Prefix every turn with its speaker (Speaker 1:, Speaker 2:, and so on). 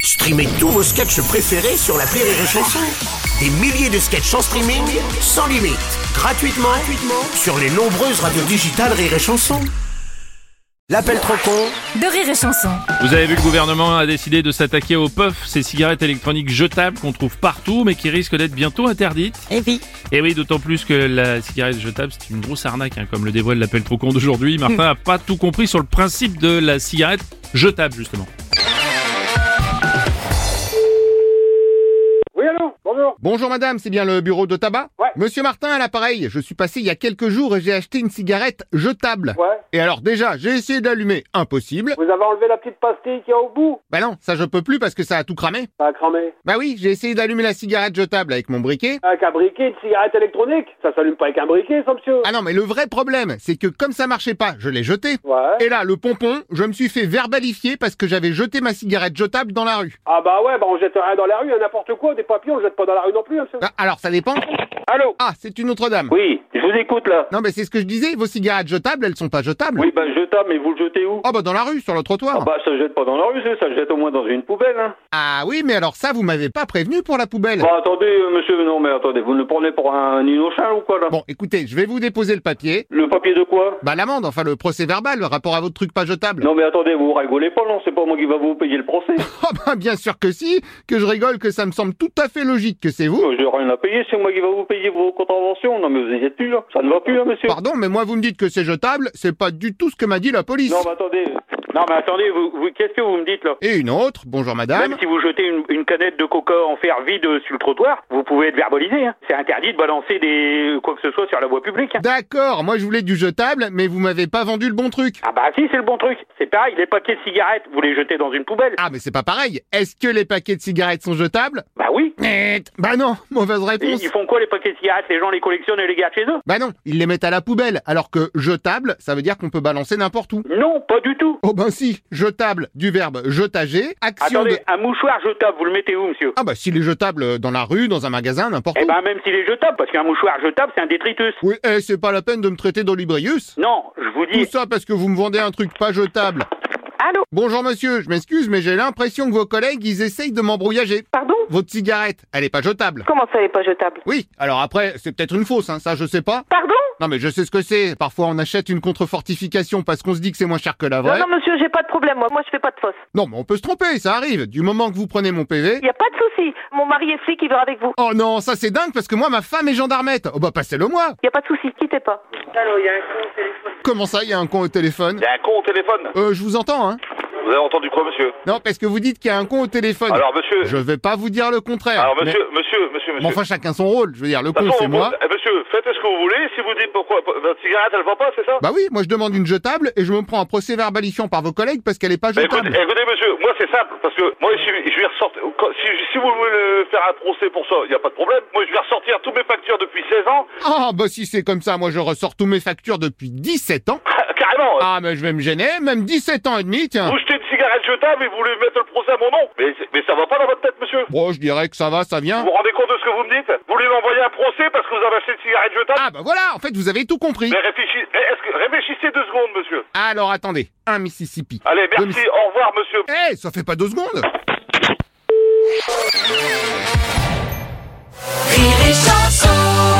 Speaker 1: Streamez tous vos sketchs préférés sur la Rire et Chanson. Des milliers de sketchs en streaming, sans limite, gratuitement, gratuitement sur les nombreuses radios digitales Rire et Chanson. L'appel trop con
Speaker 2: de rire et chanson.
Speaker 3: Vous avez vu, le gouvernement a décidé de s'attaquer aux puffs, ces cigarettes électroniques jetables qu'on trouve partout mais qui risquent d'être bientôt interdites.
Speaker 4: Et oui,
Speaker 3: Et oui, d'autant plus que la cigarette jetable, c'est une grosse arnaque, hein, comme le dévoile l'appel trop con d'aujourd'hui. Martin a pas tout compris sur le principe de la cigarette jetable, justement.
Speaker 5: Oui, allô Bonjour
Speaker 6: Bonjour madame, c'est bien le bureau de tabac
Speaker 5: Ouais.
Speaker 6: Monsieur Martin à l'appareil, je suis passé il y a quelques jours et j'ai acheté une cigarette jetable.
Speaker 5: Ouais.
Speaker 6: Et alors déjà, j'ai essayé d'allumer, impossible.
Speaker 5: Vous avez enlevé la petite pastille qu'il y a au bout
Speaker 6: Bah non, ça je peux plus parce que ça a tout cramé.
Speaker 5: Ça a cramé.
Speaker 6: Bah oui, j'ai essayé d'allumer la cigarette jetable avec mon briquet.
Speaker 5: Avec un briquet de cigarette électronique Ça s'allume pas avec un briquet, ça, monsieur
Speaker 6: Ah non, mais le vrai problème, c'est que comme ça marchait pas, je l'ai jeté.
Speaker 5: Ouais.
Speaker 6: Et là, le pompon, je me suis fait verbalifier parce que j'avais jeté ma cigarette jetable dans la rue.
Speaker 5: Ah bah ouais, bah on jette rien dans la rue, hein, n'importe quoi, des papiers, on le jette pas dans la rue non plus, hein, monsieur.
Speaker 6: Ah, alors ça dépend.
Speaker 5: Allô
Speaker 6: Ah, c'est une autre dame.
Speaker 5: Oui, je vous écoute, là.
Speaker 6: Non mais c'est ce que je disais, vos cigarettes jetables, elles sont pas jetables.
Speaker 5: bah jetable, mais vous le jetez où
Speaker 6: Oh bah dans la rue, sur le trottoir.
Speaker 5: bah ça se jette pas dans la rue, ça se jette au moins dans une poubelle, hein.
Speaker 6: Ah oui, mais alors ça, vous m'avez pas prévenu pour la poubelle.
Speaker 5: Bah attendez, euh, monsieur, non mais attendez, vous le prenez pour un innocent ou quoi, là
Speaker 6: Bon, écoutez, je vais vous déposer le papier.
Speaker 5: Le papier de quoi
Speaker 6: Bah l'amende, enfin le procès verbal, le rapport à votre truc pas jetable.
Speaker 5: Non mais attendez, vous rigolez pas, non, c'est pas moi qui va vous payer le procès.
Speaker 6: Ah bah bien sûr que si, que je rigole, que ça me semble tout à fait logique que c'est vous.
Speaker 5: Euh, J'ai rien à payer, c'est moi qui va vous payer vos contraventions. Non mais vous êtes plus, là. Ça ne va plus, hein, monsieur.
Speaker 6: Pardon, mais moi vous me dites que c'est jetable, c'est pas du tout ce que m'a dit la police.
Speaker 5: Non, bah. mais attendez. Non, mais attendez, vous, vous- qu'est-ce que vous me dites là
Speaker 6: Et une autre, bonjour madame.
Speaker 5: Même si vous jetez une, une canette de coca en fer vide euh, sur le trottoir, vous pouvez être verbalisé. hein. C'est interdit de balancer des quoi que ce soit sur la voie publique. hein.
Speaker 6: D'accord, moi je voulais du jetable, mais vous m'avez pas vendu le bon truc.
Speaker 5: Ah bah si, c'est le bon truc. C'est pareil, les paquets de cigarettes, vous les jetez dans une poubelle.
Speaker 6: Ah mais c'est pas pareil. Est-ce que les paquets de cigarettes sont jetables
Speaker 5: Bah oui.
Speaker 6: Bah non, mauvaise
Speaker 5: Et
Speaker 6: réponse.
Speaker 5: ils font quoi les paquets de cigarettes Les gens les collectionnent et les gardent chez eux
Speaker 6: Bah non, ils les mettent à la poubelle, alors que jetable, ça veut dire qu'on peut balancer n'importe où.
Speaker 5: Non, pas du tout.
Speaker 6: Oh ben si, jetable du verbe jetager, action
Speaker 5: Attendez,
Speaker 6: de...
Speaker 5: un mouchoir jetable, vous le mettez où, monsieur
Speaker 6: Ah bah s'il est jetable euh, dans la rue, dans un magasin, n'importe
Speaker 5: Eh
Speaker 6: où.
Speaker 5: ben même s'il est jetable, parce qu'un mouchoir jetable, c'est un détritus.
Speaker 6: Oui, eh, c'est pas la peine de me traiter d'olibrius.
Speaker 5: Non, je vous
Speaker 6: Tout
Speaker 5: dis.
Speaker 6: ça parce que vous me vendez un truc pas jetable.
Speaker 5: Allô
Speaker 6: Bonjour monsieur, je m'excuse mais j'ai l'impression que vos collègues ils essayent de m'embrouillager.
Speaker 7: Pardon
Speaker 6: Votre cigarette, elle est pas jetable.
Speaker 7: Comment ça, elle est pas jetable
Speaker 6: Oui, alors après c'est peut-être une fausse, hein, ça je sais pas.
Speaker 7: Pardon
Speaker 6: Non mais je sais ce que c'est, parfois on achète une contrefortification parce qu'on se dit que c'est moins cher que la vraie.
Speaker 7: Non, non, monsieur, j'ai pas de problème, moi. Moi, je fais pas de fausse.
Speaker 6: Non mais on peut se tromper, ça arrive, du moment que vous prenez mon PV...
Speaker 7: Y a pas de souci. Mon mari est flic, il verra avec vous.
Speaker 6: Oh non, ça c'est dingue parce que moi ma femme est gendarmette. Oh bah passez-le moi.
Speaker 7: Y a pas de souci, quittez pas.
Speaker 6: Comment ça, il y a un con au téléphone
Speaker 8: Il y a un con au téléphone.
Speaker 6: Euh, je vous entends, hein.
Speaker 8: Vous avez entendu quoi, monsieur
Speaker 6: Non, parce que vous dites qu'il y a un con au téléphone.
Speaker 8: Alors, monsieur.
Speaker 6: Je vais pas vous dire le contraire.
Speaker 8: Alors,
Speaker 6: mais-
Speaker 8: monsieur, monsieur, monsieur,
Speaker 6: Mais
Speaker 8: monsieur.
Speaker 6: enfin, chacun son rôle. Je veux dire, le
Speaker 8: De toute
Speaker 6: con,
Speaker 8: façon,
Speaker 6: c'est
Speaker 8: vous-
Speaker 6: moi.
Speaker 8: eh, monsieur, faites ce que vous voulez. Si vous dites pourquoi votre cigarette, elle va pas, c'est ça
Speaker 6: Bah oui, moi je demande une jetable et je me prends un procès verbalifiant par vos collègues parce qu'elle est pas
Speaker 8: Bah, écoutez,
Speaker 6: jetable.
Speaker 8: écoutez, monsieur, moi c'est simple, parce que moi je, suis- je vais ressortir. quand- Si, si vous voulez euh, faire un procès pour ça, il n'y a pas de problème. Moi je vais ressortir tous mes factures depuis 16 ans,
Speaker 6: Ah, bah si c'est comme ça, moi je ressors tous mes factures depuis 17 ans.
Speaker 8: carrément.
Speaker 6: Ah, mais je vais me gêner, même 17 ans et demi, tiens.
Speaker 8: Vous jetez une cigarette jetable et vous voulez mettre le procès à mon nom. Mais, c'est- mais ça va pas dans votre tête, monsieur.
Speaker 6: Bon, je dirais que ça va, ça
Speaker 8: Vous
Speaker 6: vient.
Speaker 8: vous rendez compte de ce que vous me dites Vous voulez m'envoyer un procès parce que vous avez acheté une cigarette jetable
Speaker 6: Ah, bah voilà, en fait, vous avez tout compris.
Speaker 8: Mais réfléchissez, est-ce que- réfléchissez deux secondes, monsieur.
Speaker 6: Alors attendez, un Mississippi.
Speaker 8: Allez,
Speaker 6: Deux
Speaker 8: merci, au revoir, monsieur.
Speaker 6: Eh, ça fait pas deux secondes
Speaker 2: Rire et chanson.